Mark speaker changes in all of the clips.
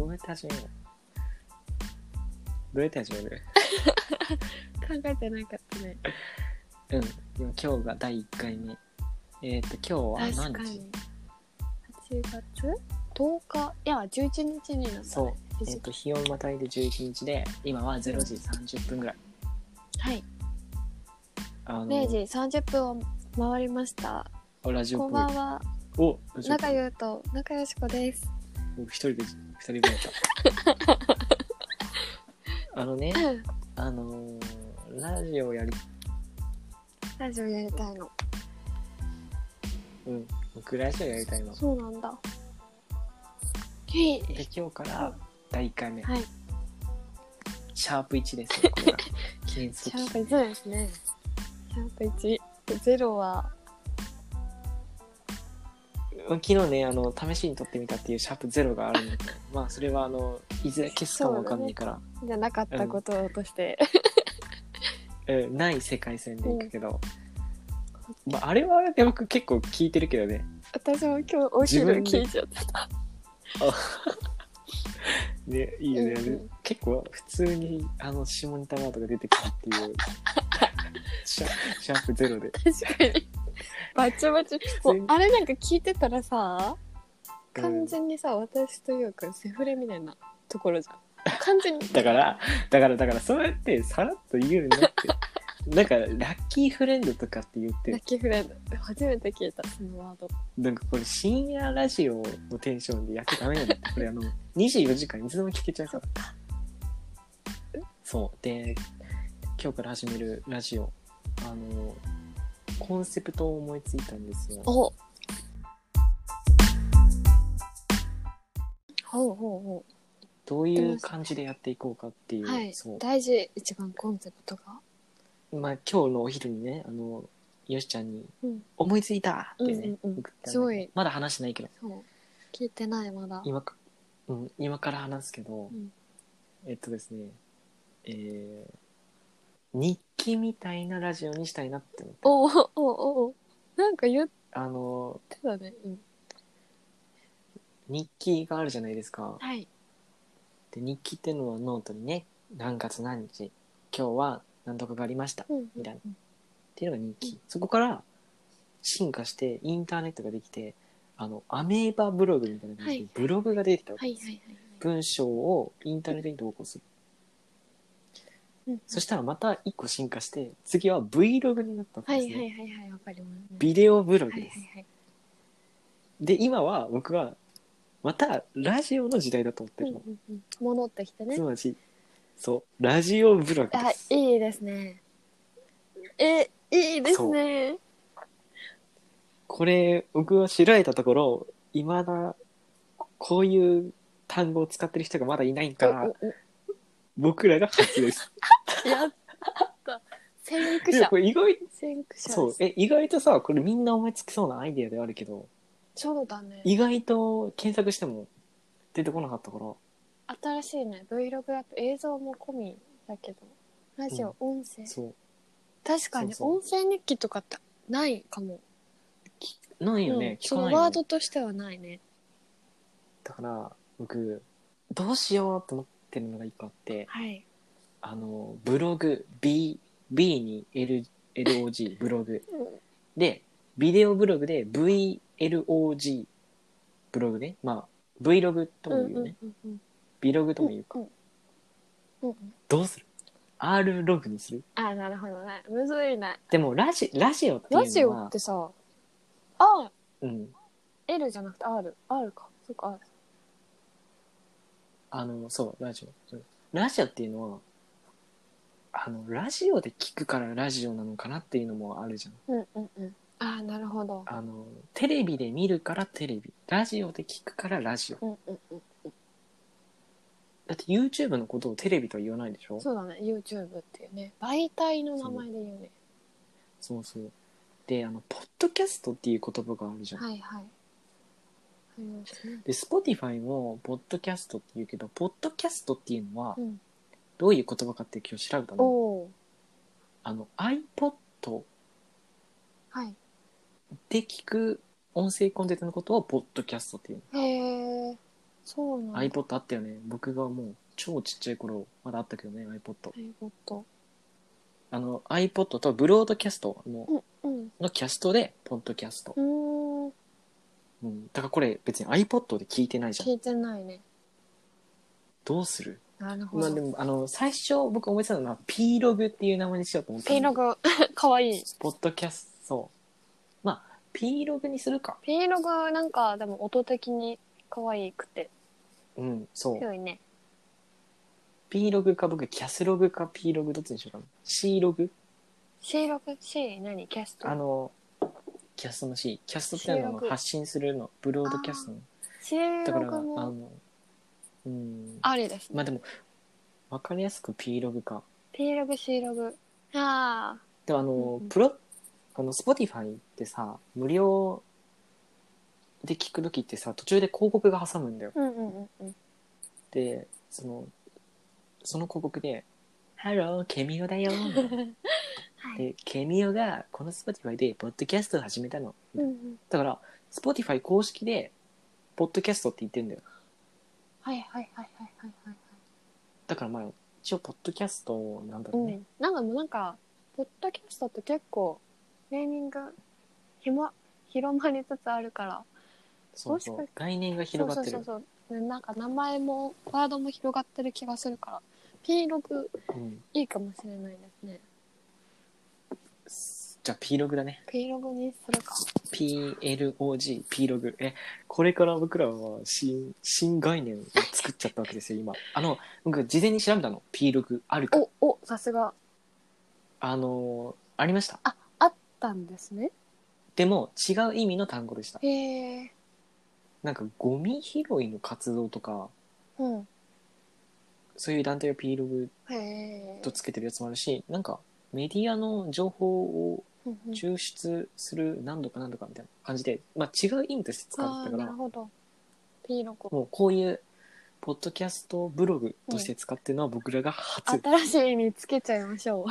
Speaker 1: うやって始めるのどうやって始める
Speaker 2: 考えてなかったね
Speaker 1: うん。でも今日が第1回目。えっ、ー、と、今日は
Speaker 2: 確か
Speaker 1: 何時
Speaker 2: に8月10日いや11日になった、ね、
Speaker 1: そう。
Speaker 2: 日
Speaker 1: えっ、
Speaker 2: 付
Speaker 1: と、日をまたいで11日で、今は0時30分ぐらい。
Speaker 2: はい
Speaker 1: あの、
Speaker 2: 0時30分を回りました
Speaker 1: あラジオ
Speaker 2: こ
Speaker 1: っ
Speaker 2: ん
Speaker 1: ぽい
Speaker 2: ばんは。
Speaker 1: お、ラジオっぽ
Speaker 2: 中
Speaker 1: い。
Speaker 2: 優と中よしこです
Speaker 1: 僕一人で、二人分や った。あのね、あのーラジオやり、
Speaker 2: ラジオやりたいの
Speaker 1: うん。僕ラジオやりたいの。
Speaker 2: そうなんだへい
Speaker 1: で、今日から第1回目。
Speaker 2: はい
Speaker 1: シャープ1ですよ、こ れが。記念す
Speaker 2: シ
Speaker 1: べ
Speaker 2: ャー
Speaker 1: き。
Speaker 2: プ1ですねシャープ1ゼロは
Speaker 1: 昨日ね、あの、試しに撮ってみたっていうシャープ0があるんだけど、まあ、それは、あの、いずれ消すかもわかんないから、
Speaker 2: じゃなかったこととして、
Speaker 1: うんない世界線でいくけど、まあ、あれはあれで僕結構聞いてるけどね。
Speaker 2: 私も今日お
Speaker 1: 自分
Speaker 2: 昼
Speaker 1: で
Speaker 2: 聞いちゃった
Speaker 1: ね、いいよね、
Speaker 2: うんうん
Speaker 1: 結構普通にあの下ネタワードが出てくるって いうシャシャープゼロで
Speaker 2: 確 かにバチバチもうあれなんか聞いてたらさ完全にさ、私というかセフレみたいなところじゃん 完全に
Speaker 1: だからだからだからそうやってさらっと言うようになってなんかラッキーフレンドとかって言っ
Speaker 2: ラッ
Speaker 1: て
Speaker 2: キーフレンド初めて聞いたそのワード
Speaker 1: なんかこれ深夜ラジオのテンションでやっちゃダメ なんだってこれあの24時間いつでも聞けちゃうからそうで今日から始めるラジオあのコンセプトを思いついたんですよ
Speaker 2: おほうほうほ
Speaker 1: どういう感じでやっていこうかっていうう、
Speaker 2: はい
Speaker 1: そう
Speaker 2: 大事一番コンセプトが
Speaker 1: まあ、今日のお昼にねあのよしちゃんに
Speaker 2: うん
Speaker 1: 「思いついた!」ってね、
Speaker 2: うんうんう
Speaker 1: 送った
Speaker 2: ん
Speaker 1: んだけど
Speaker 2: すごい
Speaker 1: まだ話してないけど
Speaker 2: そう聞いてないまだ
Speaker 1: 今か、うん、今から話すけど、
Speaker 2: うん
Speaker 1: えっとですねえー日記みたいなラジオにしたいなって思って
Speaker 2: おおおおなんか言っ
Speaker 1: あの
Speaker 2: てたね、うん、
Speaker 1: 日記があるじゃないですか
Speaker 2: はい
Speaker 1: で日記ってのはノートにね何月何日今日は何とかがありましたっ
Speaker 2: うん
Speaker 1: みたいなていうのが日記そこから進化してインターネットができてあのアメーバブログみたいな感じで
Speaker 2: はい
Speaker 1: ブログが出てきたわけ
Speaker 2: はいはいはい
Speaker 1: 文章をインターネットに投稿する、
Speaker 2: うん
Speaker 1: そしたらまた一個進化して次は Vlog になったんです
Speaker 2: は
Speaker 1: ね、
Speaker 2: いはいはいはいわかります
Speaker 1: ビデオブログ
Speaker 2: はい
Speaker 1: で
Speaker 2: は
Speaker 1: す、
Speaker 2: いはい
Speaker 1: で今は僕はまたラジオの時代だと思って
Speaker 2: うん
Speaker 1: るの、
Speaker 2: うんうん戻ってきてね
Speaker 1: つまりそうラジオブログ
Speaker 2: あ
Speaker 1: です
Speaker 2: いいですねえいいですね
Speaker 1: これ僕は調べたところいまだこういう単語を使ってる人がまだいないから
Speaker 2: おお
Speaker 1: 僕らが初です
Speaker 2: おやった先
Speaker 1: で
Speaker 2: 駆
Speaker 1: も
Speaker 2: 者
Speaker 1: これ意外
Speaker 2: 先駆者
Speaker 1: そうえ意外とさこれみんな思いつきそうなアイデアではあるけど
Speaker 2: そうだね
Speaker 1: 意外と検索しても出てこなかったから
Speaker 2: 新しいね Vlog だと映像も込みだけどラジオ、音声
Speaker 1: そ
Speaker 2: 確かに
Speaker 1: そうそう
Speaker 2: 音声日記とかってないかも
Speaker 1: うないよね、
Speaker 2: うん
Speaker 1: 聞
Speaker 2: そ
Speaker 1: か
Speaker 2: の
Speaker 1: ない
Speaker 2: ワ
Speaker 1: よ、
Speaker 2: ー
Speaker 1: ね、
Speaker 2: ドとしてはないね
Speaker 1: だから僕どうしようと思ってるのが一個あって
Speaker 2: はい
Speaker 1: あのブログ B, B に L LOG ブログでビデオブログで VLOG ブログねまあ Vlog とも
Speaker 2: うん
Speaker 1: 言う
Speaker 2: うん
Speaker 1: よ
Speaker 2: う
Speaker 1: ね、
Speaker 2: んうん
Speaker 1: ビログとも言うか、
Speaker 2: うんうんうん
Speaker 1: どうする ?R ログにする
Speaker 2: あなるほどねむずいね
Speaker 1: でもラジラジオって
Speaker 2: ラ
Speaker 1: い
Speaker 2: ジ
Speaker 1: うの
Speaker 2: オ
Speaker 1: は
Speaker 2: ってさ R
Speaker 1: うん、
Speaker 2: L じゃなくて R R かそっか R
Speaker 1: あの、そう、ラジオ。そうラジオっていうのは、あの、ラジオで聞くからラジオなのかなっていうのもあるじゃん。
Speaker 2: うんうんうんああなるほど
Speaker 1: あの、テレビで見るからテレビ、ラジオで聞くからラジオ。
Speaker 2: うんうんうん
Speaker 1: だって YouTube のことをテレビとは言わないでしょ
Speaker 2: そうだね YouTube っていうね媒体の名前で言うね
Speaker 1: そうそう。で、あの、ポッドキャストっていう言葉があるじゃん。
Speaker 2: はいはいありますね
Speaker 1: で、Spotify も、ポッドキャストって言うけど、ポッドキャストっていうのは
Speaker 2: う、ん
Speaker 1: どういう言葉かって今日調べた
Speaker 2: お
Speaker 1: の。
Speaker 2: お
Speaker 1: あの、iPod
Speaker 2: はい
Speaker 1: で聞く音声コンテンツのことを、ポッドキャストっていうの。
Speaker 2: へえそうなんだ
Speaker 1: iPod あったよね僕がもう超ちっちゃい頃まだあったけどね iPod
Speaker 2: イボット
Speaker 1: あの iPod とブロードキャストの,、
Speaker 2: うん
Speaker 1: のキャストでポッドキャスト、
Speaker 2: うーん
Speaker 1: うん、だからこれ別に iPod で聞いてないじゃん
Speaker 2: 聞いてないね
Speaker 1: どうする
Speaker 2: なるほ
Speaker 1: まあ
Speaker 2: ど、
Speaker 1: でもあの最初僕思いついたのは P ログっていう名前にしようと思った
Speaker 2: ピーロ
Speaker 1: グ
Speaker 2: グ かわいい
Speaker 1: ポッドキャストそうまあ P ログにするか
Speaker 2: ピーログなんかでも音的に可愛くて
Speaker 1: うんそう
Speaker 2: 強いね
Speaker 1: P ログか僕キャスログか P ログどっちにしようかな C ログ
Speaker 2: C ログ C 何キャスト
Speaker 1: あのキャストの C キャストっていうの
Speaker 2: 収
Speaker 1: は
Speaker 2: 録
Speaker 1: 発信するのブロードキャストの
Speaker 2: C
Speaker 1: だか
Speaker 2: ロ
Speaker 1: らあ
Speaker 2: グも
Speaker 1: のうん
Speaker 2: ありですね、
Speaker 1: まあでも分かりやすく P ログか
Speaker 2: P ログ C ログああ
Speaker 1: でもあの、
Speaker 2: うんうん
Speaker 1: プロあの Spotify ってさ無料で聞く時ってさ途中で広告が挟むんだよ
Speaker 2: うんうんうんうん
Speaker 1: でそのその広告で「ハローケミオだよ」みたいな
Speaker 2: はい
Speaker 1: でケミオがこの Spotify でポッドキャストを始めたの
Speaker 2: うんうん
Speaker 1: だから Spotify 公式でポッドキャストって言ってんだよ
Speaker 2: はいはいはいはいはいはい
Speaker 1: だからまあ一応ポッドキャストなんだ
Speaker 2: う、
Speaker 1: ろうんね、
Speaker 2: なんかもうなんかポッドキャストって結構ネーミングひま広まりつつあるから
Speaker 1: そうそ
Speaker 2: もし
Speaker 1: う概念が広がって
Speaker 2: そう
Speaker 1: る
Speaker 2: そうそうそうなんか名前もワードも広がってる気がするから P ログ
Speaker 1: うん
Speaker 2: いいかもしれないですね
Speaker 1: じゃあ P ログだね
Speaker 2: P ログにするか
Speaker 1: PLOG、P ログ。え、これから僕らは新、新概念を作っちゃったわけですよ、今。あの、僕、事前に調べたの。P ログあるか。
Speaker 2: おおさすが
Speaker 1: あのー、ありました。
Speaker 2: ああったんですね
Speaker 1: でも、違う意味の単語でした。
Speaker 2: へえ
Speaker 1: なんか、ゴミ拾いの活動とか、
Speaker 2: うん
Speaker 1: そういう団体を P ログ
Speaker 2: へえ
Speaker 1: とつけてるやつもあるし、なんか、メディアの情報を
Speaker 2: うんうん
Speaker 1: 抽出する何度か何度かみたいな感じで、まあ、違う意味として使っ
Speaker 2: あ
Speaker 1: た
Speaker 2: ー
Speaker 1: か
Speaker 2: な
Speaker 1: ら
Speaker 2: る、ほど P ログ
Speaker 1: もうこういう、ポッドキャストブログとして使ってるのは僕らが初。
Speaker 2: 新しい意味つけちゃいましょ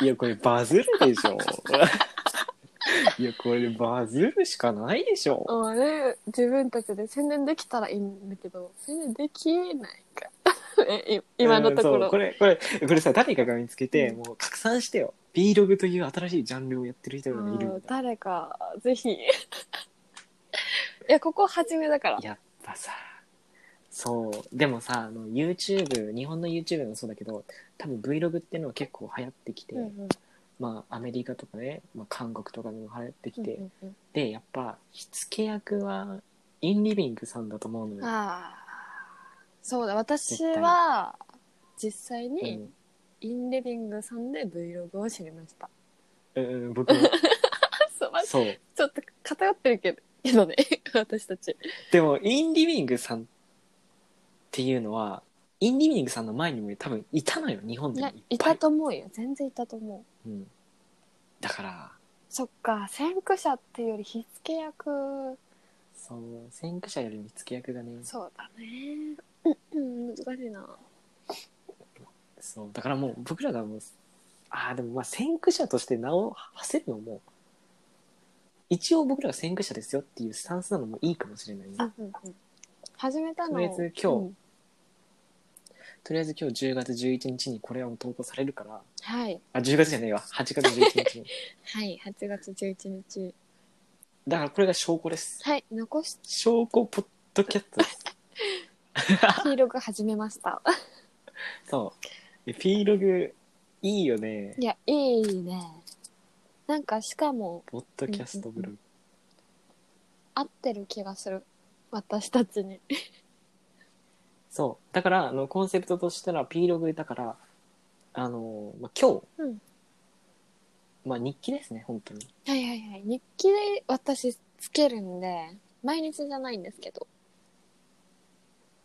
Speaker 2: う
Speaker 1: いや、これバズるでしょ。 いや、これバズるしかないでしょ。
Speaker 2: まあね、自分たちで宣伝できたらいいんだけど、宣伝できないか。 えい今のとこ
Speaker 1: うんそ
Speaker 2: ろ。
Speaker 1: うこれ、これ、これさ、誰かが見つけて、
Speaker 2: うん
Speaker 1: もう拡散してよ。B ログという新しいジャンルをやってる人がいる
Speaker 2: あ
Speaker 1: んだ。
Speaker 2: ー誰か、ぜひ。い や、ここ初めだから。
Speaker 1: やっぱさ、そう。でもさ、あの、YouTube、日本の YouTube もそうだけど、多分 Vlog っていうのは結構流行ってきて、
Speaker 2: うんうん
Speaker 1: まあ、アメリカとかね、まあ、韓国とかでも流行ってきて、
Speaker 2: うんうん
Speaker 1: で、やっぱ、火付け役は、インリビングさんだと思うの
Speaker 2: うん
Speaker 1: よ。
Speaker 2: ああ。そうだ、私は、実際
Speaker 1: う
Speaker 2: に
Speaker 1: ん、
Speaker 2: インレビングさんで Vlog を知りました。
Speaker 1: うんうん、僕も、
Speaker 2: そうまあ
Speaker 1: そう。
Speaker 2: ちょっと偏ってるけどけどね、 私たち。
Speaker 1: でも、インリビングさんっていうのは、インリビングさんの前にも多分いたのよ、日本でも
Speaker 2: ね
Speaker 1: いっ、
Speaker 2: い
Speaker 1: ぱい。
Speaker 2: たと思うよ。全然いたと思う。
Speaker 1: うん、だから、
Speaker 2: そっか先駆者っていうより火付け役
Speaker 1: そう、先駆者より見つけ役がね、
Speaker 2: そうだねうん、うん、難しいな
Speaker 1: そう、だからもう僕らがもう、ああ、でもまあ先駆者として名を馳せるのも、一応僕らが先駆者ですよっていうスタンスなのもいいかもしれないね。
Speaker 2: うんうんうん始めたの
Speaker 1: とりあえず今日とりあえず今日10月11日にこれはもう投稿されるから、
Speaker 2: 日、はい
Speaker 1: あ、10月じゃねえわ、8月11日に。
Speaker 2: はい8月11日
Speaker 1: だからこれが証拠です。
Speaker 2: はい残し
Speaker 1: 証拠ポッドキャストです。
Speaker 2: 黄色が始めました
Speaker 1: そう。え P ログ、いいよね。
Speaker 2: いやいいねなんかしかも
Speaker 1: ポッドキャストブログ。
Speaker 2: 合ってる気がする私たちに
Speaker 1: そう。だから、あの、コンセプトとしたら P ログだから、あの、まあ、今日、
Speaker 2: うん
Speaker 1: まあ、日記ですね、本当に。
Speaker 2: はいはいはい日記で私つけるんで毎日じゃないんですけど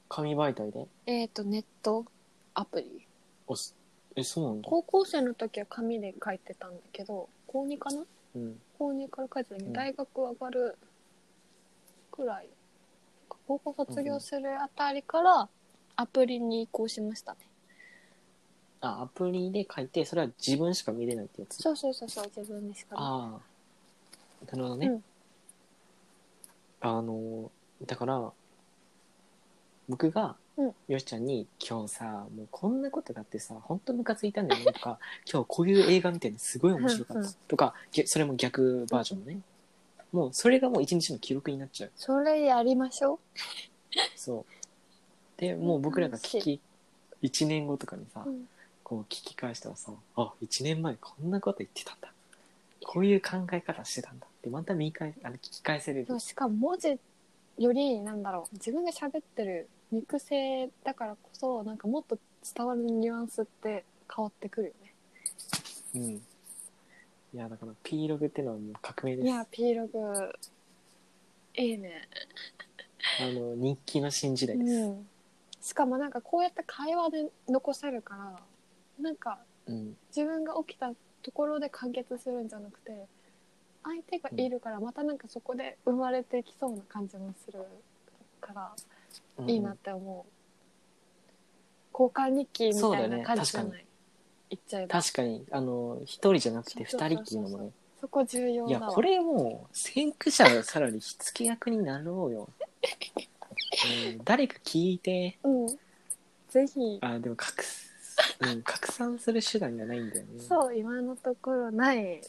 Speaker 1: 紙媒体で。
Speaker 2: えっ、ー、とネットアプリ
Speaker 1: おすえ、そうなんだ。
Speaker 2: 高校生の時は紙で書いてたんだけど高2かな
Speaker 1: うん。
Speaker 2: 高2から書いてたんだけど、
Speaker 1: うん
Speaker 2: 大学上がるくらい高校卒業するあたりからアプリに移行しましたね、
Speaker 1: あ、アプリで書いて、それは自分しか見れないってやつ。
Speaker 2: そうそうそうそう自分でしか
Speaker 1: ああ。なるほどね。
Speaker 2: うん
Speaker 1: あの、だから、僕が、
Speaker 2: うん
Speaker 1: よしちゃんに「今日さもうこんなことがあってさ本当ムカついたんだよね」とか 「今日こういう映画見てのすごい面白か
Speaker 2: う
Speaker 1: っ
Speaker 2: んう
Speaker 1: た
Speaker 2: ん」
Speaker 1: とかげそれも逆バージョンのねもうそれがもう一日の記録になっちゃう
Speaker 2: それやりましょう
Speaker 1: そうでもう僕らが聞き1年後とかにさ、
Speaker 2: うん
Speaker 1: こう聞き返したらさあ1年前こんなこと言ってたんだこういう考え方してたんだってまた見返あの聞き返せれる
Speaker 2: でもしかも文字よりなんだろう自分が喋ってる肉声だからこそなんかもっと伝わるニュアンスって変わってくるよね
Speaker 1: うんいやだから P ログってのはもう革命で
Speaker 2: い
Speaker 1: す
Speaker 2: や P ログいいね、
Speaker 1: あの日記の新時代です、
Speaker 2: うん、しかもなんかこうやって会話で残せるからなんか
Speaker 1: うん
Speaker 2: 自分が起きたところで完結するんじゃなくて相手がいるからまたなんかそこで生まれてきそうな感じもするからいいなって思う、交換日記み
Speaker 1: そう
Speaker 2: た
Speaker 1: だ
Speaker 2: い
Speaker 1: よね
Speaker 2: な感じじゃない、
Speaker 1: 確
Speaker 2: 言っちゃえば
Speaker 1: 確かにあの一人じゃなくて
Speaker 2: そう
Speaker 1: 二人っていうのも
Speaker 2: そうそう
Speaker 1: ね
Speaker 2: そこ重要
Speaker 1: いや
Speaker 2: だわ
Speaker 1: これもう先駆者のさらに火付け役になろうよ、うん誰か聞いて
Speaker 2: うんぜひ
Speaker 1: あでも拡,、うん、拡散する手段がないんだよね
Speaker 2: そう今のところない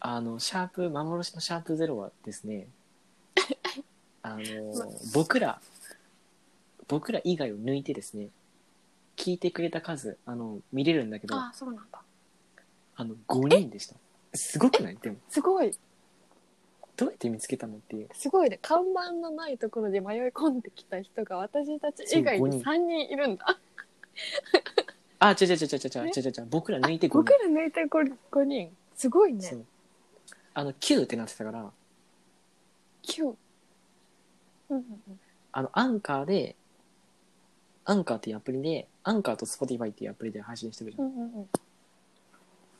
Speaker 1: あのシャープ幻のシャープゼロはです ねあの僕ら僕ら以外を抜いてですね聞いてくれた数あの見れるんだけど
Speaker 2: あそうなんだ
Speaker 1: あの5人でしたすごくないでも
Speaker 2: すごい
Speaker 1: どうやって見つけたのっていう
Speaker 2: すごいね看板のないところで迷い込んできた人が私たち以外
Speaker 1: そう五
Speaker 2: に
Speaker 1: 人
Speaker 2: 3人いるんだ
Speaker 1: あ違う違う違う違う違
Speaker 2: え
Speaker 1: う違う違う僕ら抜いて5
Speaker 2: 僕
Speaker 1: 人
Speaker 2: ら抜いて 5, 5人すごいね
Speaker 1: そうあの9ってなってたから
Speaker 2: 9うんうんうん
Speaker 1: あのアンカーでアンカーっていうアプリでアンカーと Spotify っていうアプリで配信してるじゃん
Speaker 2: うんうんうん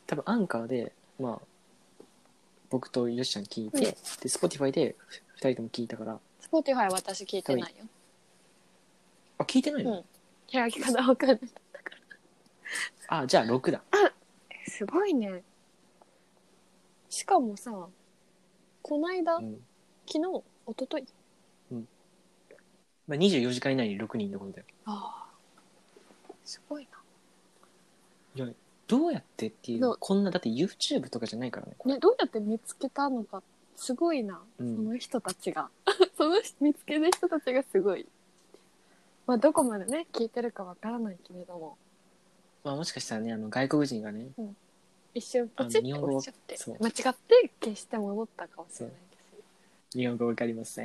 Speaker 1: 多分アンカーでまあ僕とよしちゃん聞いて、
Speaker 2: うん
Speaker 1: で Spotify で2人とも聞いたから
Speaker 2: スポーティファイ私聞いてないよ
Speaker 1: あ聞いてないの、
Speaker 2: うん開き方わかんない
Speaker 1: あじゃあ6だ
Speaker 2: すごいねしかもさこないだ
Speaker 1: う
Speaker 2: 昨
Speaker 1: ん、
Speaker 2: 日一昨日
Speaker 1: まあ、24時間以内に6人のことだよ
Speaker 2: ああすごい
Speaker 1: どうやってってい
Speaker 2: そうう
Speaker 1: こんなだって YouTube とかじゃないからね
Speaker 2: な、ね、どうやって見つけたのかすごいな、
Speaker 1: うん
Speaker 2: その人たちが その人見つけた人たちがすごいまあどこまでね聞いてるかわからないけれども
Speaker 1: まあ、もしかしたらねあの外国人がね
Speaker 2: 一瞬ポチッと押しちゃって
Speaker 1: あの日本語
Speaker 2: 間違って消して戻ったかもしれないです
Speaker 1: 日本語わかりま せん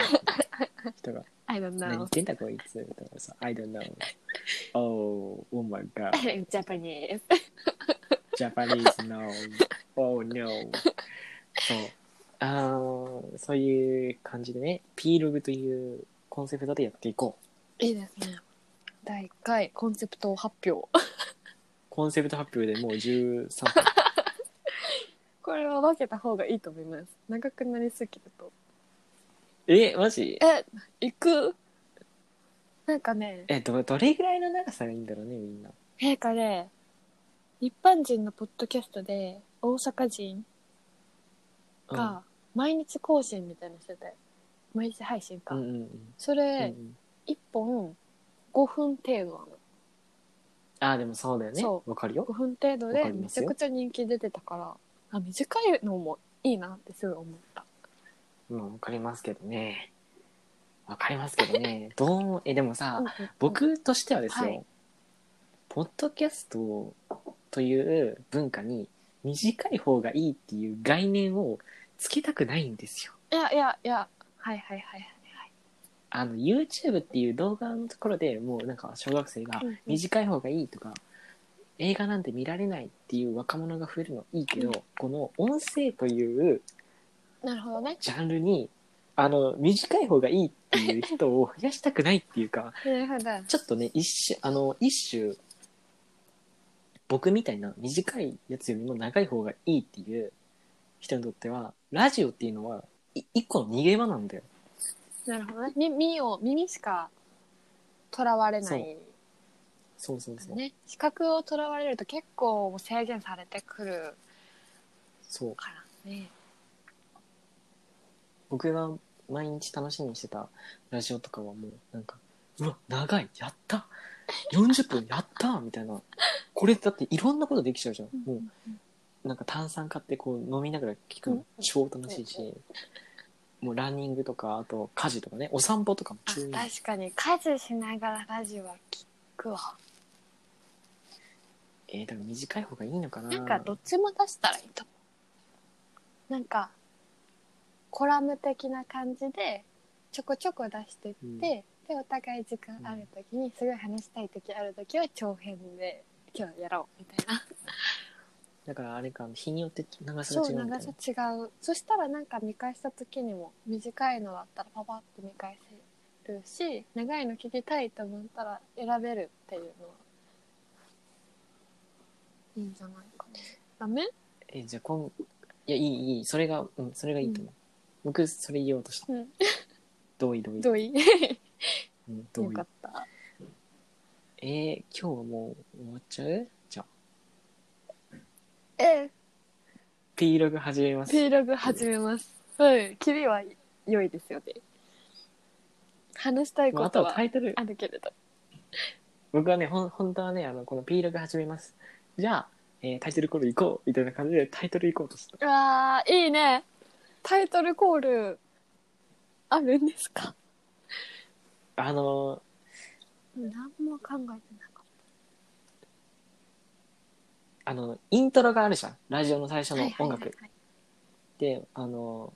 Speaker 1: 人が
Speaker 2: I don't
Speaker 1: 何言
Speaker 2: know
Speaker 1: ってんだこいつとかさ I don't know Oh, oh my god.
Speaker 2: Japanese
Speaker 1: Japanese no. Oh no. そう。あーそういう感じでね、P ログというコンセプトでやっていこう。
Speaker 2: いいですね第1回コンセプト発表
Speaker 1: コンセプト発表でもう13分。
Speaker 2: これは分けた方がいいと思います長くなりすぎると
Speaker 1: え、マジ
Speaker 2: え行くなんかね
Speaker 1: え、ど、どれぐらいの長さがいいんだろうね、みんな。
Speaker 2: 陛下で一般人のポッドキャストで大阪人
Speaker 1: うん
Speaker 2: が毎日更新みたいなのしてて毎日配信か、
Speaker 1: うんうんうん。
Speaker 2: そ
Speaker 1: うんう
Speaker 2: れ
Speaker 1: ん
Speaker 2: 1本5分程度なの
Speaker 1: ああ、でもそうだよね。
Speaker 2: そ
Speaker 1: わかるよ
Speaker 2: 5。分程度
Speaker 1: わ
Speaker 2: で
Speaker 1: かり
Speaker 2: め
Speaker 1: ま
Speaker 2: ち
Speaker 1: す
Speaker 2: ゃ
Speaker 1: よ
Speaker 2: くちゃ人気出てたからあ短いのもいいなってすごい思った
Speaker 1: まあ、わかりますけどね。わかりますけどね。どう、え、でもさ、
Speaker 2: うんうんうん
Speaker 1: 僕としてはですよ、
Speaker 2: はい
Speaker 1: ポッドキャストという文化に短い方がいいっていう概念をつけたくないんですよ。
Speaker 2: いやいやいやはいはいはいはい
Speaker 1: あの YouTube っていう動画のところでもうなんか小学生が
Speaker 2: うんうん
Speaker 1: 短い方がいいとか、映画なんて見られないっていう若者が増えるのいいけど、
Speaker 2: うん
Speaker 1: この音声という
Speaker 2: なるほどね
Speaker 1: ジャンルにあの短い方がいいっていう人を増やしたくないっていうか
Speaker 2: なるほど
Speaker 1: ちょっとね、一種、あの、一種、僕みたいな短いやつよりも長い方がいいっていう人にとっては、ラジオっていうのは、い一個の逃げ場なんだよ。
Speaker 2: なるほどね。み耳を耳しかとらわれないね
Speaker 1: そうそうそう。
Speaker 2: 視覚をとらわれると結構制限されてくる
Speaker 1: そう。
Speaker 2: からね。
Speaker 1: 僕が毎日楽しみにしてたラジオとかはもうなんかうわ長いやった40分やったみたいなこれだっていろんなことできちゃうじゃんもうなんか炭酸買ってこう飲みながら聞くの超楽しいしもうランニングとかあと家事とかねお散歩とかも
Speaker 2: あ
Speaker 1: 超いい
Speaker 2: 確かに家事しながらラジオは聞くわ
Speaker 1: えー、だから短い方がいいのかな
Speaker 2: なんかどっちも出したらいいと思うなんかコラム的な感じでちょこちょこ出してって、
Speaker 1: うん
Speaker 2: でお互い時間ある時に、すごい話したい時ある時は長編で今日やろうみたいな
Speaker 1: だからあれか日によって長さ
Speaker 2: そ
Speaker 1: が
Speaker 2: う
Speaker 1: 違うみた
Speaker 2: 長
Speaker 1: い
Speaker 2: さ
Speaker 1: な
Speaker 2: 違うそしたらなんか見返した時にも短いのだったらパパって見返せるし長いの聞きたいと思ったら選べるっていうのはいいんじゃないかなダメ
Speaker 1: えじゃあ今いやいいいいそれがうんそれがいいと思う、僕それ言おうとした
Speaker 2: うん
Speaker 1: 同意同意
Speaker 2: どうい
Speaker 1: うん同
Speaker 2: よ
Speaker 1: 意
Speaker 2: かった
Speaker 1: えー、今日はもう終わっちゃうじゃあ
Speaker 2: ええ
Speaker 1: P ログ始めます
Speaker 2: P ログ始めますはいキリは良いですよね話したい
Speaker 1: まあ、
Speaker 2: こ
Speaker 1: あと
Speaker 2: と
Speaker 1: は
Speaker 2: は
Speaker 1: タイトル
Speaker 2: あるけれど
Speaker 1: 僕はねほん本当はねあのこの P ログ始めますじゃあ、えータイトルコール行こうみたいな感じでタイトル行こうとした
Speaker 2: うわーいいねタイトルコールあるんですか
Speaker 1: あの
Speaker 2: 何も考えてなかっ
Speaker 1: ーあのイントロがあるじゃんラジオの最初
Speaker 2: た
Speaker 1: の音楽、
Speaker 2: はい
Speaker 1: であの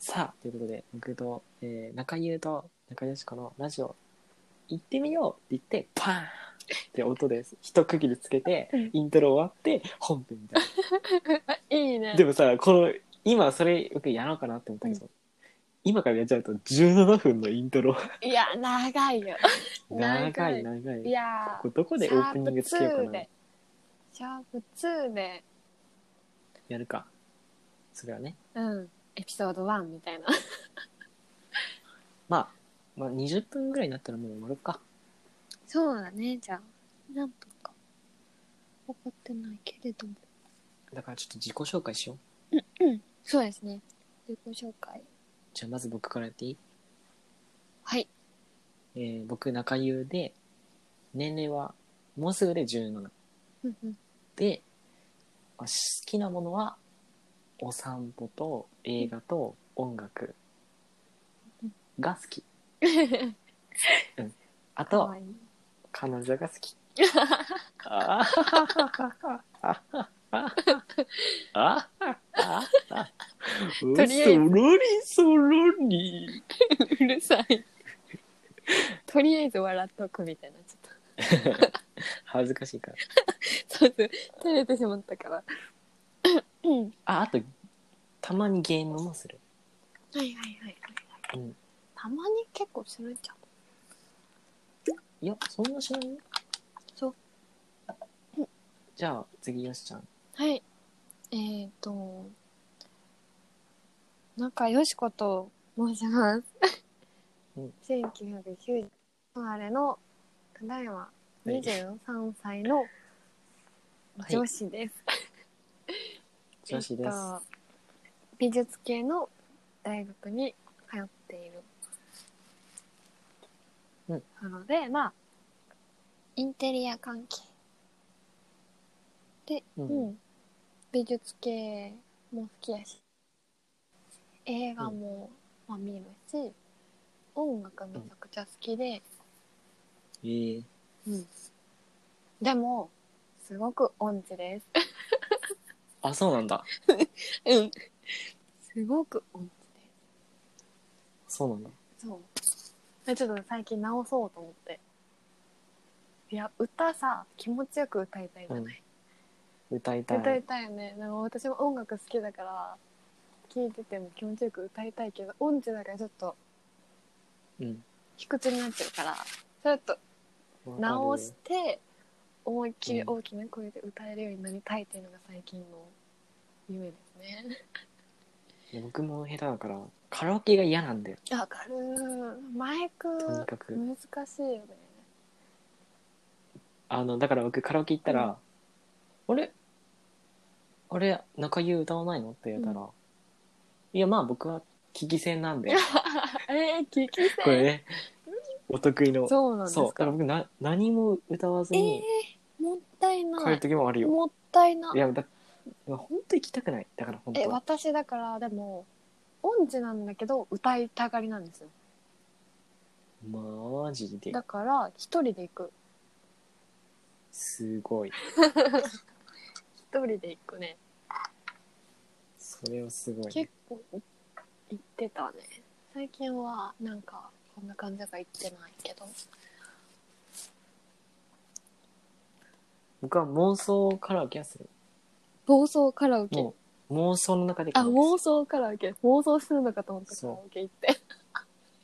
Speaker 1: さあということで僕と、えー中優と中よしこのラジオ行ってみようって言ってパーンって音です一区切りつけて
Speaker 2: うん
Speaker 1: イントロ終わって本編みたい
Speaker 2: いいね
Speaker 1: なでもさこの今それ僕やろうかなって思ったけど、今からやっちゃうと17分のイントロ
Speaker 2: いや長いよ長い
Speaker 1: 長い長い
Speaker 2: いや
Speaker 1: ここどこでオープニングつけようかな
Speaker 2: でシャープ2で
Speaker 1: やるかそれはね
Speaker 2: うんエピソード1みたいな
Speaker 1: まあまあ20分ぐらいになったらもう終わるか
Speaker 2: そうだねじゃあ何分か分かってないけれども
Speaker 1: だからちょっと自己紹介しよう
Speaker 2: そうですね自己紹介
Speaker 1: じゃあまず僕からやっていい
Speaker 2: はい
Speaker 1: えー僕中優で年齢はもうすぐで17
Speaker 2: うんうん
Speaker 1: でまあ好きなものはお散歩と映画と音楽が好き、うん、あ
Speaker 2: か
Speaker 1: と
Speaker 2: わいい
Speaker 1: 彼女が好きああ
Speaker 2: とりあえ
Speaker 1: そ
Speaker 2: ず
Speaker 1: ろりそろり
Speaker 2: うるさいとりあえず笑っとくみたいになちょっ
Speaker 1: 恥ずかしいから
Speaker 2: とそうそう照れてしまったからうんはい
Speaker 1: ああとたまにゲームもする
Speaker 2: はいはいはい、
Speaker 1: うん
Speaker 2: たまに結構するじゃん
Speaker 1: いや、そんなしないよ。
Speaker 2: そう。
Speaker 1: じゃあ、次、よしちゃん。
Speaker 2: はい。えっ、ー、と、なんか、よしこと申します。
Speaker 1: うん
Speaker 2: 1990生まれの、ただいま
Speaker 1: い
Speaker 2: 23歳の
Speaker 1: はい
Speaker 2: 女子です。
Speaker 1: 女子です。
Speaker 2: えっと美術系の大学に通っている。
Speaker 1: うん
Speaker 2: なので、まあ、インテリア関係。で、
Speaker 1: う
Speaker 2: うんん。美術系も好きやし、映画も、まあ、見るし、音楽めちゃくちゃ好き
Speaker 1: え
Speaker 2: で、
Speaker 1: ー、
Speaker 2: でも、すごく音痴です。
Speaker 1: あ、そうなんだ。
Speaker 2: うん。すごく音痴です。
Speaker 1: そうなんだ。
Speaker 2: そう。えちょっと最近直そうと思って。いや、歌さ、気持ちよく歌いたいじゃない。
Speaker 1: 歌いたい。
Speaker 2: 歌いたいよね。なんか私も音楽好きだから、聴いてても気持ちよく歌いたいけど、音痴だからちょっと
Speaker 1: うん。
Speaker 2: 卑屈になっちゃうから、ちょっと
Speaker 1: わかる
Speaker 2: 直して、思いっきり
Speaker 1: うん
Speaker 2: 大きな声で歌えるようになりたいっていうのが最近の夢ですね。
Speaker 1: いや僕も下手だから、カラオケが嫌なんだよ。
Speaker 2: わかるマイク、
Speaker 1: とにかく。
Speaker 2: 難しいよね。
Speaker 1: あの、だから僕、カラオケ行ったら、あれあれ、中湯歌わないのって言ったら、いや、まあ僕は危機戦 なんで、
Speaker 2: えー、聞き
Speaker 1: これね、お得意の。
Speaker 2: そうなんです
Speaker 1: そう。だから
Speaker 2: か。
Speaker 1: 僕な、何も歌わずに
Speaker 2: もったいな
Speaker 1: 帰る
Speaker 2: い。
Speaker 1: 時もあるよ。。
Speaker 2: もったいない
Speaker 1: や、だ、本当行きたくない。だから本
Speaker 2: え、
Speaker 1: 当は。
Speaker 2: 私だから、でも、音痴なんだけど、歌いたがりなんですよ。
Speaker 1: マジで。
Speaker 2: だから、一人で行く。
Speaker 1: すごい。
Speaker 2: 一人で行くね。
Speaker 1: それはすごいね
Speaker 2: 結。構、行ってたね。最近は、なんか、こんな感じだから行ってないけど。
Speaker 1: 僕は妄想カラオケはする。
Speaker 2: 妄想カラオケ。
Speaker 1: もう、妄想の中でカ
Speaker 2: あ、
Speaker 1: ラオケ
Speaker 2: 妄想カラオケ。妄想するのかと思ったカ
Speaker 1: そう
Speaker 2: ラオケ行って。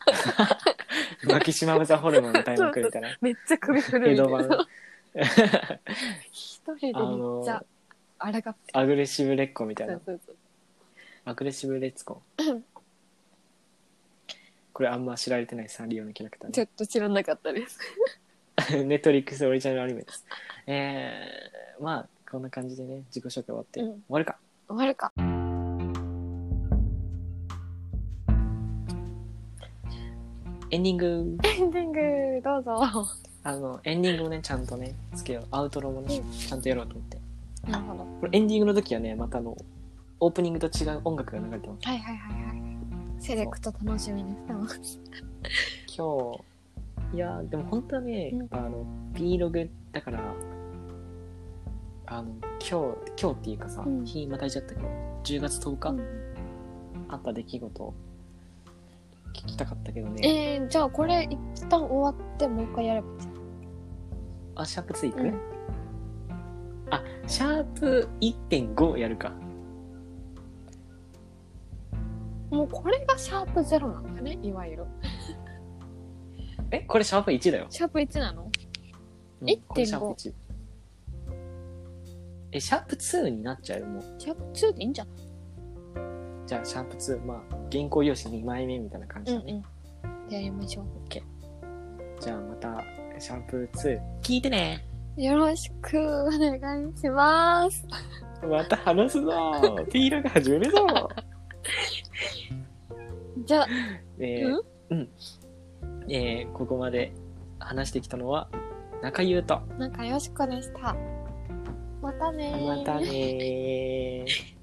Speaker 1: する。マキシマムザホルモン歌いまくるみたい な。
Speaker 2: めっちゃ首震
Speaker 1: 江
Speaker 2: えて
Speaker 1: 戸版
Speaker 2: る。。一人でめっ
Speaker 1: あの
Speaker 2: ちゃ、あらがって。
Speaker 1: アグレッシブレッコみたい
Speaker 2: そ
Speaker 1: な
Speaker 2: う。そうそう。
Speaker 1: アグレッシブレッツコ。これあんま知られてないサンリオのキャラクター
Speaker 2: ち
Speaker 1: ね
Speaker 2: ょっと知らなかったです。
Speaker 1: ネットリックスオリジナルアニメです。えー、まあ、こんな感じでね、自己紹介終わって、
Speaker 2: うん
Speaker 1: 終わるか。
Speaker 2: 終わるか。
Speaker 1: エンディング、
Speaker 2: エンディング、どうぞ。
Speaker 1: あの、エンディングをね、ちゃんとね、つけよう。アウトロもね、ちゃんとやろうと思って。
Speaker 2: なるほど。は
Speaker 1: これエンディングの時はね、またあの、オープニングと違う音楽が流れてます。
Speaker 2: いはいはいはい。セレクト楽しみにしてます。
Speaker 1: 今日、いやーでも本当はね、
Speaker 2: うん
Speaker 1: あの、B ログだから、あの、今日、今日っていうかさ、
Speaker 2: うん
Speaker 1: 日またいちゃったけど、10月10日、
Speaker 2: うん
Speaker 1: あった出来事を聞きたかったけどね、
Speaker 2: えー、じゃあこれ一旦終わってもう一回やればいいじゃん。
Speaker 1: あ、シャープツイく、
Speaker 2: うん
Speaker 1: あ、シャープ1.5やるか。
Speaker 2: もうこれがシャープゼロなんだね、いわゆる。
Speaker 1: え、これシャープ1だよ。
Speaker 2: シャープ1なの
Speaker 1: うん
Speaker 2: 1.5
Speaker 1: これシャープ1。え、シャープ2になっちゃうよ、もう。
Speaker 2: シャープ2でいいんじゃん。
Speaker 1: じゃあ、シャープ2、まあ、原稿用紙2枚目みたいな感じだね。
Speaker 2: ん。やりましょ
Speaker 1: じゃあ、また、シャープ2、聞いてね
Speaker 2: う。よろしくお願いします。
Speaker 1: また話すぞー !T ログ始めるぞー
Speaker 2: じゃあ、
Speaker 1: えーえーここまで話してきたのは、中優と。
Speaker 2: うん。なんかよしこでした。またねー
Speaker 1: またねー。